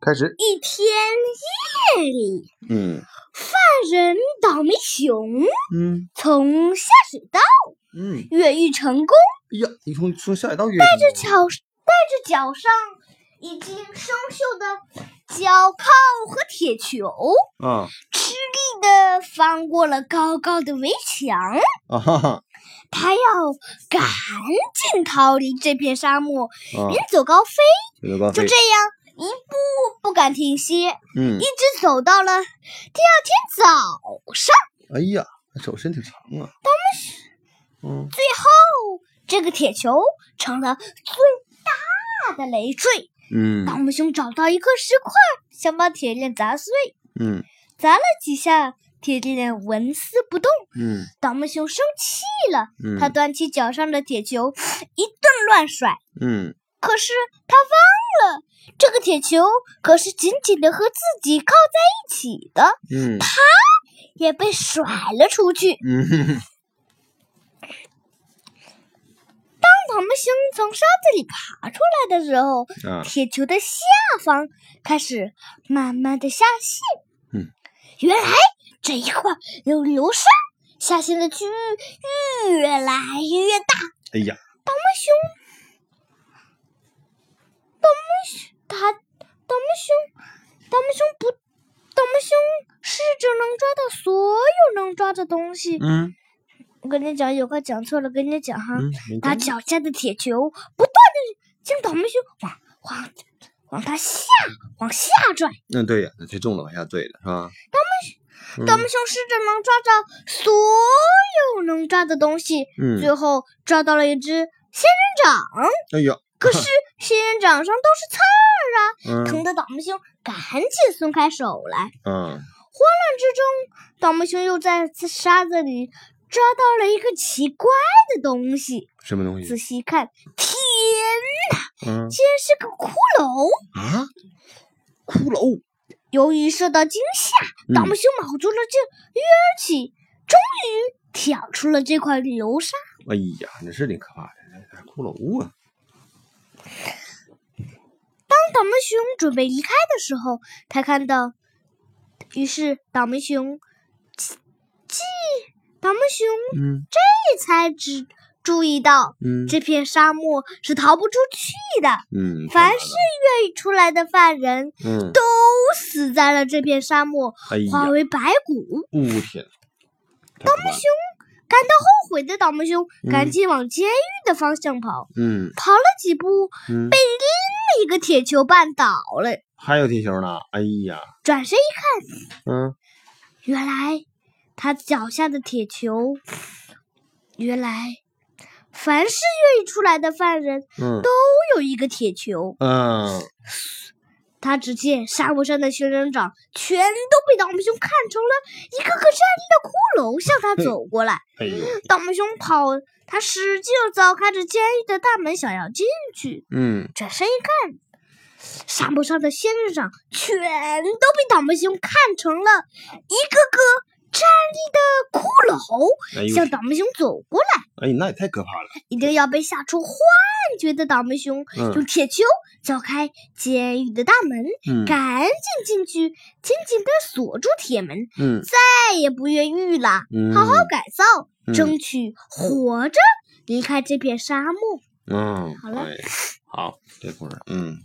开始。一天夜里，嗯犯人倒霉熊嗯从下水道嗯，越狱成功，哎呀，你从从下水道越带着脚带着脚上已经生锈的脚铐和铁球，啊吃力的翻过了高高的围墙。啊哈哈他要赶紧逃离这片沙漠，啊，远走高飞。刘高就飞这，样，一步不敢停歇，一嗯，直走到了第二天早上。哎呀，手伸挺长啊。嗯这个铁球成了最大的累赘。嗯大木熊找到一颗石块，想把铁链砸碎，嗯砸了几下，铁链纹丝不动。嗯倒霉熊生气了，嗯，他端起脚上的铁球，一顿乱甩。嗯可是他忘了，这个铁球可是紧紧的和自己靠在一起的，嗯也被甩了出去。嗯 哼哼当倒霉熊从沙子里爬出来的时候，啊铁球的下方开始慢慢的下陷。嗯，原来这一块有流沙，下陷的区域越来越大。哎呀，他倒霉熊，倒霉熊不，倒霉熊试着能抓到所有能抓的东西。嗯我跟你讲，有个讲错了，跟你讲哈，嗯，没他关系脚下的铁球不断的将倒霉熊往往往他下往下拽。嗯，对呀，那最重的往下坠的是吧？嗯倒霉熊试着能抓着所有能抓的东西，嗯，最后抓到了一只仙人掌。哎呀，可是仙人掌上都是刺儿，啊嗯疼得倒霉熊赶紧松开手来。嗯但之中，倒霉熊又在沙子里抓到了一个奇怪的东西。什么东西仔？细看，天，嗯竟然是个骷髅！啊，骷髅，由于受到惊吓，倒嗯霉熊卯足了劲跃起，终于跳出了这块流沙。哎呀，那是挺可怕的，还骷髅啊！当倒霉熊准备离开的时候，他看到，于是倒霉熊，既倒霉熊嗯这才只注意到嗯这片沙漠是逃不出去的，嗯，太凡难是越狱出来的犯人了嗯，都死在了这片沙漠，哎化呀，为白骨。我天，倒霉熊，感到后悔的倒霉熊嗯赶紧往监狱的方向跑，嗯跑了几步嗯，被一个铁球绊倒了，还有地球呢，哎呀，转身一看。嗯原来他脚下的铁球，原来凡是愿意出来的犯人嗯都有一个铁球。嗯，他只见沙漠上的仙人掌全都被倒霉熊看成了一个个站立的骷髅向他走过来。哎呦，倒霉熊跑，他使劲凿开着监狱的大门，想要进去。嗯，转身一看，沙漠上的仙人掌全都被倒霉熊看成了一个个站立的骷髅，哎呦，向倒霉熊走过来。哎，那也太可怕了，一定要被吓出幻觉的倒霉熊，嗯用铁锹凿开监狱的大门，嗯赶紧进去，紧紧的锁住铁门，嗯再也不越狱了。嗯，好好改造，嗯争取活着离开这片沙漠。嗯，好了哎，好，这故事，嗯。